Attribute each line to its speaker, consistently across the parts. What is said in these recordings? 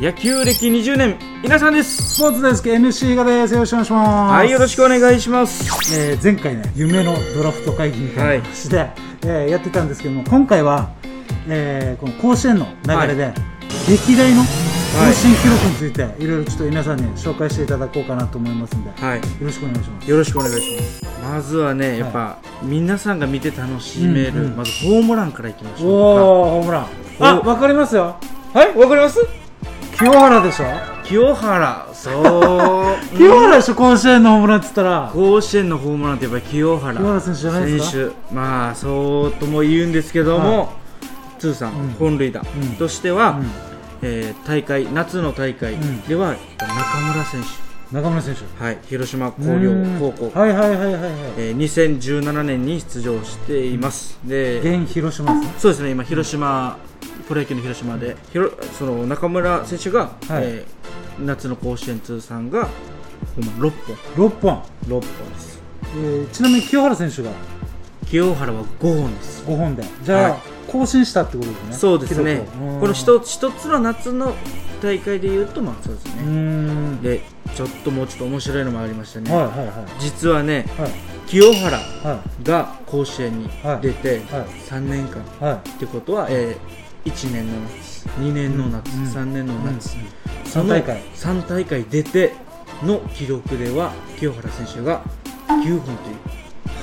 Speaker 1: 野球歴20年皆さんです
Speaker 2: スポーツです。NC がです。よろしくお願いします。
Speaker 1: はいよろしくお願いします
Speaker 2: えー前回ね、夢のドラフト会議みたいな話で、えーやってたんですけども、今回は、えーこの甲子園の流れで、歴代の更新記録について、い、ろいろちょっと皆さんに紹介していただこうかなと思いますんで、よ
Speaker 1: はい
Speaker 2: ろしくお願いします。
Speaker 1: よろしくお願いしますまずはねやっぱ、皆さんが見て楽しめる、
Speaker 2: うんうん
Speaker 1: まずホームランからいきまし
Speaker 2: お
Speaker 1: ょう
Speaker 2: おホームラン。
Speaker 1: あ
Speaker 2: あ、わかりますよ。
Speaker 1: かはいわかります
Speaker 2: 清原でしょ
Speaker 1: 清原そう
Speaker 2: 清原でしょ、甲子園のホームランって言ったら。
Speaker 1: 甲子園のホームランってやっぱり清原
Speaker 2: 清原選手じゃないですか
Speaker 1: 選手まあそうとも言うんですけども、
Speaker 2: は
Speaker 1: 通算、
Speaker 2: うん
Speaker 1: 本塁打、
Speaker 2: ん
Speaker 1: としては、
Speaker 2: うん
Speaker 1: えー大会夏の大会
Speaker 2: うん
Speaker 1: では、中村選
Speaker 2: 中村選手。
Speaker 1: 手、はい、広島広
Speaker 2: う
Speaker 1: 陵
Speaker 2: ん
Speaker 1: 高校、
Speaker 2: はいはいはいはいはい。
Speaker 1: えー2017年に出場しています、で
Speaker 2: 現広島ですね。
Speaker 1: そうですね今広島、プロ野球の広島でひろその中村選手が、
Speaker 2: はい
Speaker 1: えー夏の甲子園通算が6本
Speaker 2: 6本。
Speaker 1: 6本です
Speaker 2: えーちなみに清原選手が
Speaker 1: 清原は5本です
Speaker 2: 5本でじゃあ、
Speaker 1: はい
Speaker 2: 更新したってことですね
Speaker 1: そうですね
Speaker 2: 記録をうん
Speaker 1: この一つ一つの夏の大会で言うとまあそうです
Speaker 2: う
Speaker 1: ね
Speaker 2: ん
Speaker 1: でちょっともうちょっと面白いのもありましたね、
Speaker 2: はいはいは
Speaker 1: 実はね
Speaker 2: いはい
Speaker 1: 清原
Speaker 2: は
Speaker 1: が甲子園に出て
Speaker 2: はいはい
Speaker 1: 3年間っ
Speaker 2: いはい
Speaker 1: てことは、えー1年の夏2年の夏、
Speaker 2: うん
Speaker 1: 3年の夏、
Speaker 2: 3大会
Speaker 1: 3大会出ての記録では清原選手が9本という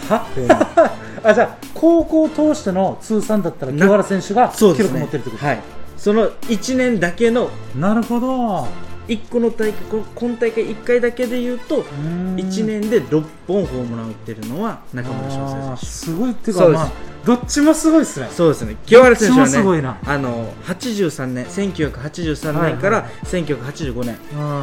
Speaker 2: は あじゃあ高校を通しての通算だったら
Speaker 1: な
Speaker 2: 清原選手が記
Speaker 1: そうです
Speaker 2: 録
Speaker 1: ね
Speaker 2: 持ってるってこと
Speaker 1: はいその1年だけの
Speaker 2: なるほど
Speaker 1: 1個の大会こ今大会1回だけで言うと1
Speaker 2: 1
Speaker 1: 年で6本ホームラン打ってるのは中村翔成選手
Speaker 2: すごいっていう
Speaker 1: そ
Speaker 2: か
Speaker 1: うです
Speaker 2: まあどっちもすごいですね
Speaker 1: そうですね清原選手
Speaker 2: どっ
Speaker 1: は
Speaker 2: ちもすごい
Speaker 1: ね
Speaker 2: な
Speaker 1: あの83年1983年か
Speaker 2: は
Speaker 1: ら1985年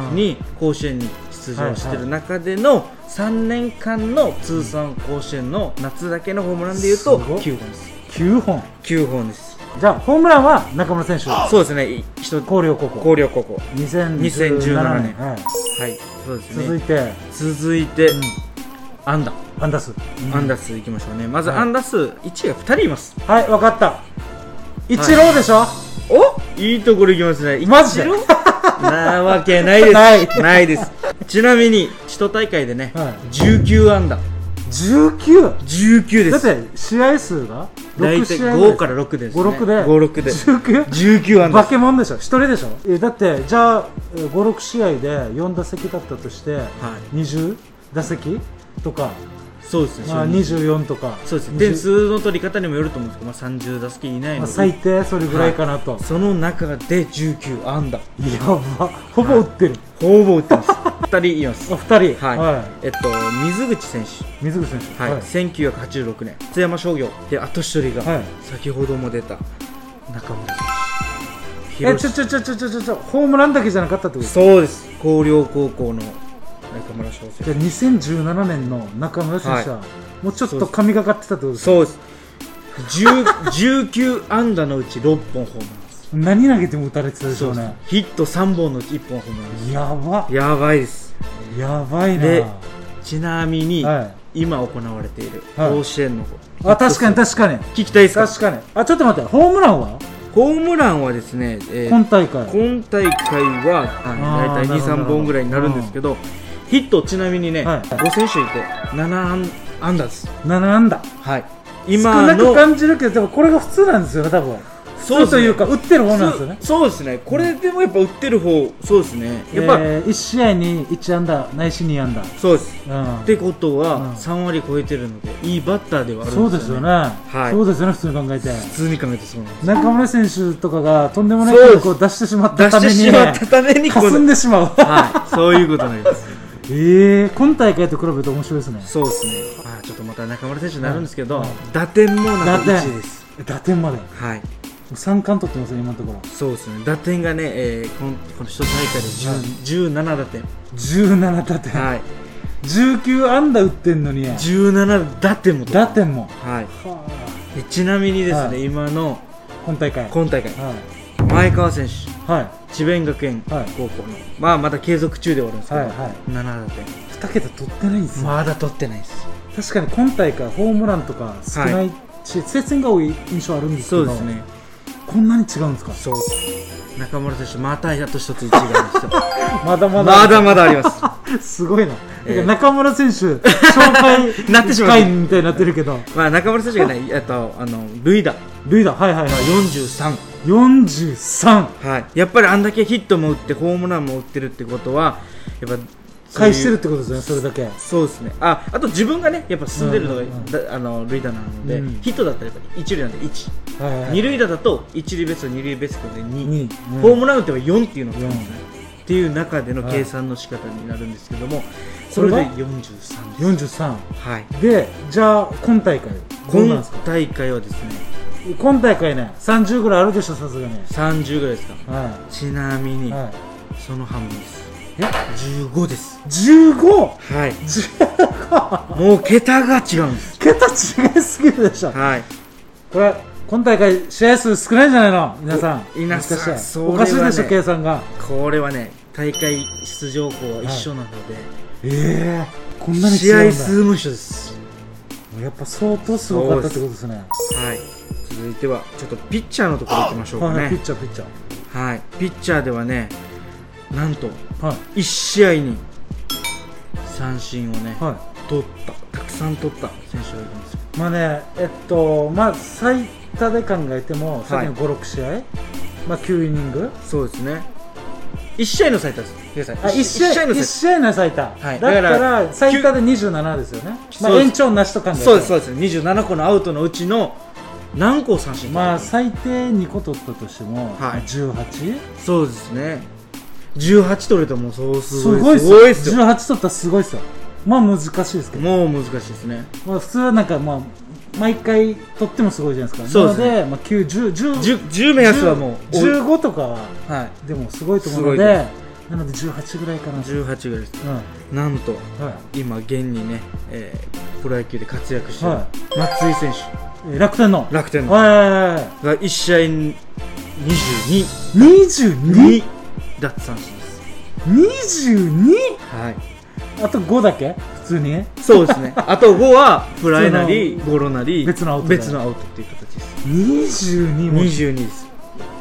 Speaker 2: うん
Speaker 1: に甲子園に出場してる中での3年間の通算甲子園の夏だけのホームランでいうと
Speaker 2: すごい
Speaker 1: 9本です
Speaker 2: 9本
Speaker 1: 9本です
Speaker 2: じゃあホームランは中村選手
Speaker 1: そうですねい一
Speaker 2: 広陵高校
Speaker 1: 広陵高校
Speaker 2: 2017
Speaker 1: 2017
Speaker 2: 年
Speaker 1: 年
Speaker 2: はい
Speaker 1: はいそうです
Speaker 2: 続
Speaker 1: ね
Speaker 2: いて
Speaker 1: 続いて
Speaker 2: ん
Speaker 1: 安打
Speaker 2: アンダース
Speaker 1: 安打数いきましょうねまず
Speaker 2: はい
Speaker 1: 安打数1位が2人います
Speaker 2: はい、わかった。一郎でしょ、
Speaker 1: おいいところいきますね
Speaker 2: マジで
Speaker 1: 一 郎なわけないです
Speaker 2: ない
Speaker 1: ですちなみに首都大会でね、
Speaker 2: はい
Speaker 1: 19安打
Speaker 2: ?19!
Speaker 1: 19
Speaker 2: だ
Speaker 1: です
Speaker 2: って、試合数が
Speaker 1: 大体5から6です、ね、
Speaker 2: 5、6で。
Speaker 1: 56で
Speaker 2: 19?
Speaker 1: 19安
Speaker 2: バ
Speaker 1: 打
Speaker 2: ケモンでしょ一人でしょえ、だって、じゃあ、えー5、6試合で4打席だったとして、20打席とか、
Speaker 1: そうですね、
Speaker 2: まあ、24とか。
Speaker 1: そうですね
Speaker 2: 20
Speaker 1: 点数の取り方にもよると思うんですけど、まあ、30打席以内の
Speaker 2: まあ、最低それぐらいかなと。
Speaker 1: その中で19安打
Speaker 2: やば。ほぼ打ってる。
Speaker 1: ほぼ打ってます 2人います
Speaker 2: あ、2人。
Speaker 1: はい、えっと水口選手
Speaker 2: い水口選手。
Speaker 1: はい、1986年津山商業であと一人が、
Speaker 2: はい
Speaker 1: 先ほども出た中村選手広
Speaker 2: え、ちょ
Speaker 1: 島
Speaker 2: ちょちょちょちょちょちょ、ホームランだけじゃなかったってこと
Speaker 1: そうです広陵高校の中村翔
Speaker 2: じ
Speaker 1: 選
Speaker 2: ゃあ2017年の中村選手は、もうちょっと神がかってたって
Speaker 1: 手
Speaker 2: ことですか
Speaker 1: そうです10 19安打のうち6本ホームランです
Speaker 2: 何投げても打たれてたでし
Speaker 1: そ
Speaker 2: ょ
Speaker 1: う
Speaker 2: う
Speaker 1: です
Speaker 2: ね
Speaker 1: ヒット3本のうち1本ホームランで
Speaker 2: やば
Speaker 1: すやばいです
Speaker 2: やばいな
Speaker 1: でちなみに、
Speaker 2: は
Speaker 1: 今行われている
Speaker 2: はい
Speaker 1: 甲子園の方、
Speaker 2: あ確かに確かに
Speaker 1: 聞きたいですか
Speaker 2: 確かにあちょっと待ってホームランは
Speaker 1: ホームランはですね、えー
Speaker 2: 今大会
Speaker 1: 今大会は、
Speaker 2: あー
Speaker 1: はい、大体
Speaker 2: なるほ
Speaker 1: 23
Speaker 2: ど
Speaker 1: 本ぐらいになるんですけど、ヒットちなみにね、
Speaker 2: はい
Speaker 1: 5選手いて7安打です、
Speaker 2: 7安打
Speaker 1: はい、
Speaker 2: 少
Speaker 1: 今
Speaker 2: なく
Speaker 1: の
Speaker 2: 感じるけどでもこれが普通なんですよね多分
Speaker 1: そう
Speaker 2: 普通というか打ってる方なんですよね
Speaker 1: そうそうですねこれでもやっぱ打ってる方そうですねやっぱ、
Speaker 2: えー、1試合に1安打ないし2安打
Speaker 1: そうです
Speaker 2: うん
Speaker 1: ってこと
Speaker 2: うん
Speaker 1: は3割超えてるのでいいバッターではある
Speaker 2: そ
Speaker 1: ん
Speaker 2: う
Speaker 1: で
Speaker 2: ですす
Speaker 1: よ
Speaker 2: よ
Speaker 1: ね
Speaker 2: ね、
Speaker 1: はい
Speaker 2: そうですよね普通に考えて
Speaker 1: 普通に考えてそうなんです
Speaker 2: 中村選手とかがとんでもない
Speaker 1: そう
Speaker 2: 記
Speaker 1: です
Speaker 2: 録を出してしまった
Speaker 1: 出
Speaker 2: た
Speaker 1: し
Speaker 2: め
Speaker 1: て
Speaker 2: に
Speaker 1: しまったためにこ
Speaker 2: 霞ん
Speaker 1: の
Speaker 2: でし まう
Speaker 1: はいそういうことになります
Speaker 2: ええ今大会と比べると面白いですね
Speaker 1: そうですねまあちょっとまた中村選手になるんですけど、
Speaker 2: うんうん
Speaker 1: 打点もなんか
Speaker 2: 打点
Speaker 1: 1位です
Speaker 2: 打点まで
Speaker 1: はい
Speaker 2: 三冠取ってますね今のところ
Speaker 1: そうですね打点がね、えーこのこの一大会で10
Speaker 2: はい
Speaker 1: 17打点、
Speaker 2: 17打点、
Speaker 1: はい、
Speaker 2: 19安打打ってんのに
Speaker 1: 17打点も取った
Speaker 2: 打点も
Speaker 1: はい、
Speaker 2: はあ
Speaker 1: でちなみにですね、
Speaker 2: はい
Speaker 1: 今の
Speaker 2: 今大会
Speaker 1: 今大会
Speaker 2: は
Speaker 1: 前川選手
Speaker 2: いはい
Speaker 1: 智弁学園高
Speaker 2: はい
Speaker 1: 校の、まあまだ継続中ではあるんですけど、
Speaker 2: はいはい
Speaker 1: 7打点
Speaker 2: 2桁取ってないんですよ、
Speaker 1: まだ取ってないです
Speaker 2: 確かに今大会ホームランとか少ないし、接戦が多い印象あるんですけ
Speaker 1: そ
Speaker 2: ど
Speaker 1: うですね
Speaker 2: こんなに違うんですか
Speaker 1: そう中村選手またやっと一つ一番の 人
Speaker 2: まだまだ
Speaker 1: まだまだあります
Speaker 2: すごいな、
Speaker 1: えー
Speaker 2: なんか中村選手 紹介
Speaker 1: なってしまった
Speaker 2: 会みたいになってるけど
Speaker 1: まあ中村選手がねえっとあの塁打
Speaker 2: 塁打はいはいはい
Speaker 1: 43
Speaker 2: 43
Speaker 1: はいやっぱりあんだけヒットも打ってホームランも打ってるってことはやっぱそういう
Speaker 2: 返してるってことですねそれだけ
Speaker 1: そうですねああと自分がねやっぱ進んでるのが
Speaker 2: うんうんうん
Speaker 1: だあの塁打なので、
Speaker 2: うん
Speaker 1: ヒットだったらやっぱ一塁なんで1
Speaker 2: はいはい
Speaker 1: 二塁打だと一塁ベスト二塁ベストで2、
Speaker 2: にうん
Speaker 1: ホームラン打てば4っていうのが
Speaker 2: 四
Speaker 1: っていう中での計算の仕方になるんですけども、そ
Speaker 2: そ
Speaker 1: れ
Speaker 2: れが
Speaker 1: で43です。
Speaker 2: 43
Speaker 1: はい。
Speaker 2: でじゃあ今大会どうなん
Speaker 1: 今
Speaker 2: ですか
Speaker 1: 大会はですね、
Speaker 2: 今大会ね30ぐらいあるでしょさすがに
Speaker 1: 30ぐらいですか。
Speaker 2: は
Speaker 1: ちなみ
Speaker 2: い、
Speaker 1: に、
Speaker 2: は
Speaker 1: その半分です。
Speaker 2: え
Speaker 1: 15です。
Speaker 2: い、15!
Speaker 1: はい。
Speaker 2: 15
Speaker 1: もう桁が違うんです。
Speaker 2: 桁違いすぎるでしょ
Speaker 1: はい。
Speaker 2: これ今大会試合数少ないんじゃないの皆さん
Speaker 1: お皆さん
Speaker 2: もしかして
Speaker 1: それはね
Speaker 2: おかしいでしょ計算が
Speaker 1: これはね、大会出場校は一緒なので、
Speaker 2: ええこんなに
Speaker 1: 試
Speaker 2: 違う
Speaker 1: 合
Speaker 2: んだ
Speaker 1: 数も一緒です。
Speaker 2: やっぱ相当すごかったってことですね
Speaker 1: はい。続いては、ちょっとピッチャーのところ行きましょうか
Speaker 2: はいはいピ
Speaker 1: ね
Speaker 2: ッ。チャーピッチャ
Speaker 1: はい。ピッチャーではね、なんと、
Speaker 2: ーはい
Speaker 1: 1試合に三振をね、
Speaker 2: は
Speaker 1: 取ったたくさん取った選手がいるんですよ
Speaker 2: いまあねえっとまあ最多で考えても
Speaker 1: い
Speaker 2: さっきの56試合、まあ9イニング
Speaker 1: そうですね1試合の最多ですごめんなさい
Speaker 2: あ1試合
Speaker 1: の最
Speaker 2: 一試合の最多、
Speaker 1: はい
Speaker 2: だ
Speaker 1: だか
Speaker 2: か
Speaker 1: らら
Speaker 2: 最多で27ですよね、ま
Speaker 1: そう
Speaker 2: あ、
Speaker 1: です
Speaker 2: 延長なしと考え
Speaker 1: 多
Speaker 2: て
Speaker 1: そうですそうです27個のアウトのうちの何個を三振取った
Speaker 2: まあ最低2個取ったとしても、
Speaker 1: はい
Speaker 2: 18
Speaker 1: そうですね18取れたらもうそうす
Speaker 2: す
Speaker 1: ご
Speaker 2: ごい
Speaker 1: い
Speaker 2: っ
Speaker 1: す
Speaker 2: す
Speaker 1: ご
Speaker 2: よ
Speaker 1: いっすよ
Speaker 2: 18取ったらすごいっすよまあ難しいですけど、
Speaker 1: もう難しいですね
Speaker 2: まあ、普通はなんかまあ毎回取ってもすごいじゃないですか
Speaker 1: そうですね
Speaker 2: なので、まあ、9 1 0 1
Speaker 1: 10, 10目安はもうお
Speaker 2: 15とかは
Speaker 1: はい
Speaker 2: でもすごいと思うの
Speaker 1: すごいで
Speaker 2: でなので18ぐらいかな、う
Speaker 1: 18ぐらいです
Speaker 2: ん
Speaker 1: なんと
Speaker 2: は
Speaker 1: 今現にね、えープロ野球で活躍して
Speaker 2: は
Speaker 1: る松井選手
Speaker 2: いえー、楽天の
Speaker 1: 楽天の
Speaker 2: はいはいはい
Speaker 1: が1試合に22
Speaker 2: 22?22?
Speaker 1: 2奪三振ですはい
Speaker 2: あと5だけ普通に
Speaker 1: そう ですねあと5はフライなり
Speaker 2: そ
Speaker 1: ゴロなり
Speaker 2: 別のアウトで
Speaker 1: 別のアウトっていう形です
Speaker 2: 22も
Speaker 1: 22です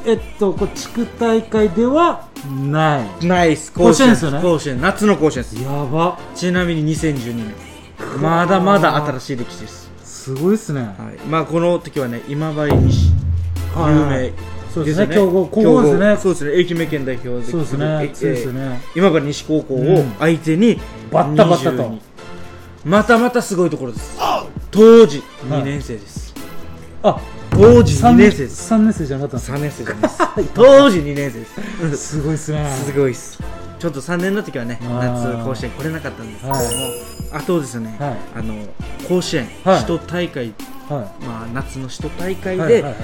Speaker 2: えっとこれ地区大会ではない
Speaker 1: ナイス
Speaker 2: 甲子園ですよね
Speaker 1: 甲子園夏の甲子園です
Speaker 2: やば
Speaker 1: ちなみに2012年まだまだ新しい歴史です、
Speaker 2: すごいっすね
Speaker 1: はい、まあこの時はね今治西
Speaker 2: はい
Speaker 1: 有名
Speaker 2: そうで
Speaker 1: です
Speaker 2: す
Speaker 1: よ
Speaker 2: ね
Speaker 1: ね
Speaker 2: 強豪高校ですね
Speaker 1: そうですね愛媛県代表で
Speaker 2: そうですね
Speaker 1: え
Speaker 2: 強いですよね
Speaker 1: 今治西高校
Speaker 2: う
Speaker 1: を
Speaker 2: ん
Speaker 1: 相手に、
Speaker 2: バッタバッタと
Speaker 1: 22またまたすごいところです当時2年生です、
Speaker 2: あ
Speaker 1: 当時2
Speaker 2: 三
Speaker 1: 年生です
Speaker 2: 3年生じゃなかったん
Speaker 1: 3年生じゃない です当時2年生で
Speaker 2: ですすすごいっすね
Speaker 1: すごいっすちょっと3年の時はね
Speaker 2: あ
Speaker 1: 夏
Speaker 2: ー
Speaker 1: 甲子園来れなかったんですけども、
Speaker 2: はい
Speaker 1: あとですね、
Speaker 2: はい
Speaker 1: あの甲子園、
Speaker 2: はい
Speaker 1: 首都大会、
Speaker 2: は
Speaker 1: まあ、夏の首都大
Speaker 2: い
Speaker 1: 会
Speaker 2: はい
Speaker 1: で
Speaker 2: はいはい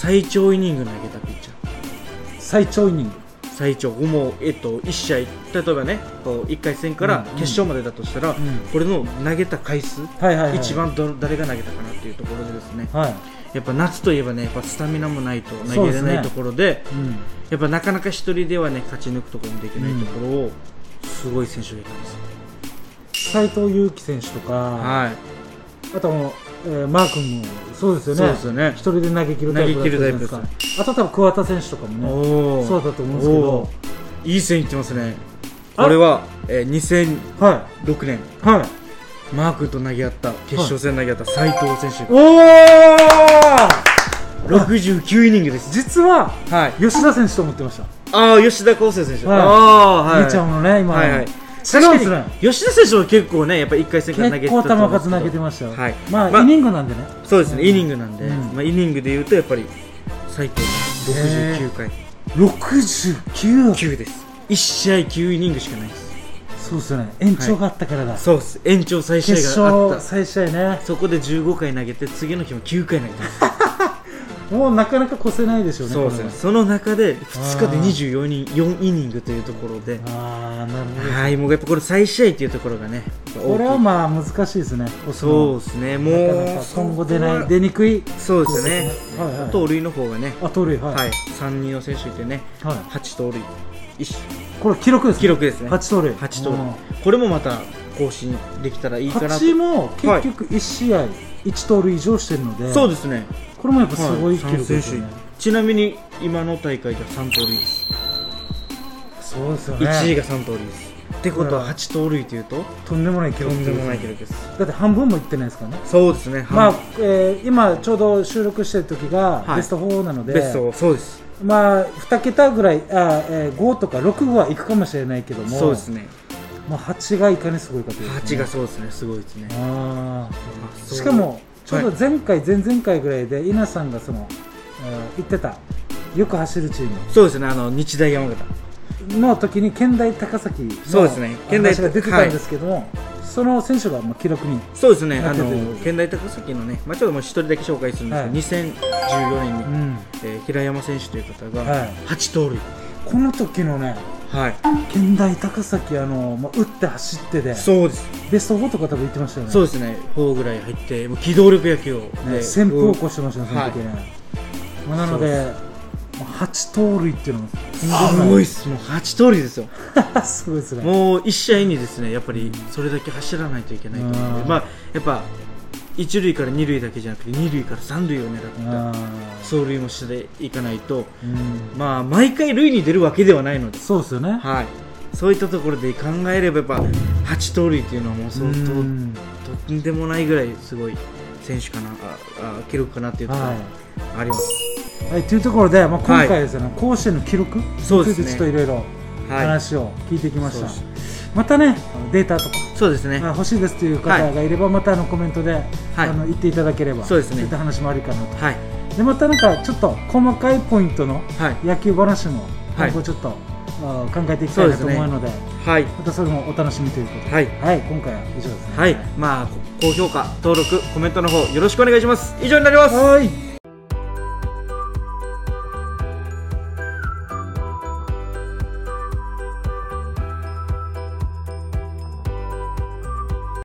Speaker 1: 最長イニング投げたピッチャー
Speaker 2: 最長イニング
Speaker 1: 最長もう、えっと、1試合例えばねこう1回戦から決勝までだとしたら、
Speaker 2: ん
Speaker 1: これの投げた回数、
Speaker 2: はいはいはい
Speaker 1: 一番ど誰が投げたかなっていうところでですね
Speaker 2: はい
Speaker 1: やっぱ夏といえばねやっぱスタミナもないと
Speaker 2: そ
Speaker 1: 投
Speaker 2: う
Speaker 1: げれ
Speaker 2: です
Speaker 1: な
Speaker 2: ね
Speaker 1: いところで
Speaker 2: うん
Speaker 1: やっぱなかなか一人ではね勝ち抜くところもできないところを、すごい選手がいたんですよ
Speaker 2: 斎藤佑樹選手とか
Speaker 1: はい
Speaker 2: あともうえーマー君もそうですよね
Speaker 1: そうですよね
Speaker 2: 一人で投げ切るタイプだったじゃないです
Speaker 1: 投
Speaker 2: か
Speaker 1: げ切
Speaker 2: あと多分桑田選手とかもね
Speaker 1: おー
Speaker 2: そうだと思うんですけど
Speaker 1: おーいい線いってますね
Speaker 2: あ
Speaker 1: これは、えー
Speaker 2: は
Speaker 1: 2006年
Speaker 2: いはい
Speaker 1: マークと投げ合った決勝戦投げ合った斉藤選手が
Speaker 2: おお
Speaker 1: 69イニングです
Speaker 2: 実は
Speaker 1: はい
Speaker 2: 吉田選手と思ってました、
Speaker 1: ああ吉田康生選手、
Speaker 2: はい
Speaker 1: ああはい
Speaker 2: 兄ちゃんもね今
Speaker 1: はいはい
Speaker 2: 違うんですね
Speaker 1: 吉田選手も結構ねやっぱ1回戦から投げてた
Speaker 2: 結構球
Speaker 1: と思うんです
Speaker 2: 数
Speaker 1: けど
Speaker 2: 投げてましたよ、
Speaker 1: はい
Speaker 2: まあ、
Speaker 1: まあ
Speaker 2: イニングなんでね
Speaker 1: そうですねイニングなんで、
Speaker 2: うん
Speaker 1: まあ、イニングでいうとやっぱり最高
Speaker 2: へー
Speaker 1: 69回
Speaker 2: 69
Speaker 1: 9です1試合9イニングしかないです
Speaker 2: そうですよね延長があったからだ、
Speaker 1: そうです延長最
Speaker 2: 決
Speaker 1: 終試合があ
Speaker 2: 勝
Speaker 1: った
Speaker 2: 最終試合ね
Speaker 1: そこで15回投げて次の日も9回投げたんです
Speaker 2: もうなかなか越せないでしょうね
Speaker 1: そうで
Speaker 2: こ
Speaker 1: す
Speaker 2: れ
Speaker 1: ね
Speaker 2: は
Speaker 1: その中で2日で24人4イニングというところで
Speaker 2: ああなるほ
Speaker 1: はいもうやっぱこれ再試合っていうところがね
Speaker 2: どこれは
Speaker 1: 大きい
Speaker 2: まあ難しいですね押すの
Speaker 1: そう
Speaker 2: は
Speaker 1: ですねも
Speaker 2: なかな
Speaker 1: う
Speaker 2: か今後出ない出にくい
Speaker 1: そうですね
Speaker 2: はいはい
Speaker 1: 盗塁の方がね、
Speaker 2: あ盗塁はい、
Speaker 1: はい、3人の選手いてね、
Speaker 2: はい
Speaker 1: 8盗塁、一
Speaker 2: これ記録です、ね、
Speaker 1: 記録ですね、
Speaker 2: 8盗塁
Speaker 1: 8盗
Speaker 2: う
Speaker 1: 塁
Speaker 2: ん、
Speaker 1: これもまた更新できたらいいかなと
Speaker 2: 八、も結局1試合1盗塁以上してるので、
Speaker 1: そうですね、
Speaker 2: これもやっぱすごい記録
Speaker 1: はい
Speaker 2: ですよね、
Speaker 1: ちなみに今の大会じゃ3盗塁です、
Speaker 2: そうですよね
Speaker 1: 1位が3盗塁ですってことは8盗塁というと
Speaker 2: とんでもない記
Speaker 1: と
Speaker 2: 録
Speaker 1: んでもない記録です
Speaker 2: だって半分もいってないですからね
Speaker 1: そうですね
Speaker 2: まあ
Speaker 1: は
Speaker 2: えー今ちょうど収録してる時が
Speaker 1: はい
Speaker 2: ベスト4なの
Speaker 1: い
Speaker 2: で、
Speaker 1: ベストそうです
Speaker 2: まあ2桁ぐらいあ、えー、5とか6はいくかもしれないけども
Speaker 1: そうですね
Speaker 2: もう8がいかにすごいかという
Speaker 1: 8がそうですねすごいですね
Speaker 2: あ
Speaker 1: あ
Speaker 2: ー
Speaker 1: そう
Speaker 2: しかもちょうど前回、前々回ぐらいで稲さんがその、えー言ってたよく走るチーム
Speaker 1: そうですねあの日大山形
Speaker 2: の時に県大高崎の
Speaker 1: そうですね健大
Speaker 2: 話が出てたんですけども、その選手がまあ記録に
Speaker 1: そうですね
Speaker 2: な
Speaker 1: あ
Speaker 2: ってて
Speaker 1: の県大高崎のねまあちょっともう一人だけ紹介するんですけど2014年に
Speaker 2: うん
Speaker 1: えー平山選手という方
Speaker 2: は
Speaker 1: が
Speaker 2: い
Speaker 1: 8盗塁
Speaker 2: この時のね
Speaker 1: はい
Speaker 2: 県大高崎あの、まあ、打って走ってで
Speaker 1: そうです
Speaker 2: ベスト4とか多分行ってましたよね
Speaker 1: そうですね4ぐらい入ってもう機動力野球を
Speaker 2: ね
Speaker 1: で
Speaker 2: 旋風を起こしてましたねその時ね、まあなの
Speaker 1: そう
Speaker 2: でまあ8盗塁っていうのも
Speaker 1: すごいっすもう8盗塁ですよ
Speaker 2: ごいすごい ですね
Speaker 1: もう1試合にですねやっぱりそれだけ走らないといけないと思うの
Speaker 2: う
Speaker 1: で
Speaker 2: ん
Speaker 1: まあやっぱ1塁から2塁だけじゃなくて2塁から3塁を狙った
Speaker 2: う
Speaker 1: 走塁もしていかないと
Speaker 2: ん
Speaker 1: まあ毎回塁に出るわけではないので
Speaker 2: そうですよね
Speaker 1: はいそういったところで考えればやっぱ8盗塁っていうのはもう相当
Speaker 2: うん
Speaker 1: とんでもないぐらいすごい選手かなああ記録かなっていうところ
Speaker 2: は
Speaker 1: があります、
Speaker 2: い、はい、というところで、まあ、今
Speaker 1: はい
Speaker 2: 回ですね、甲子園の記録につ
Speaker 1: そうで
Speaker 2: い
Speaker 1: す
Speaker 2: て
Speaker 1: ね
Speaker 2: ちょっといろいろ
Speaker 1: はい
Speaker 2: 話を聞いてきました、
Speaker 1: そう
Speaker 2: またねデータとか
Speaker 1: そうですね
Speaker 2: あ欲しいですという方がいれば、またあのコメントで、あの言っていただければ
Speaker 1: そうですね
Speaker 2: いった話もありかなと
Speaker 1: はい
Speaker 2: でまたなんかちょっと細かいポイントの
Speaker 1: はい
Speaker 2: 野球話も
Speaker 1: はい
Speaker 2: 今後ちょっと、あー考えていきたいなと
Speaker 1: そうですね
Speaker 2: 思うので
Speaker 1: はい
Speaker 2: またそれもお楽しみということで、
Speaker 1: はい
Speaker 2: はい、今回は以上ですね
Speaker 1: はいまあこ高評価登録コメントの方よろしくお願いします以上になります
Speaker 2: はい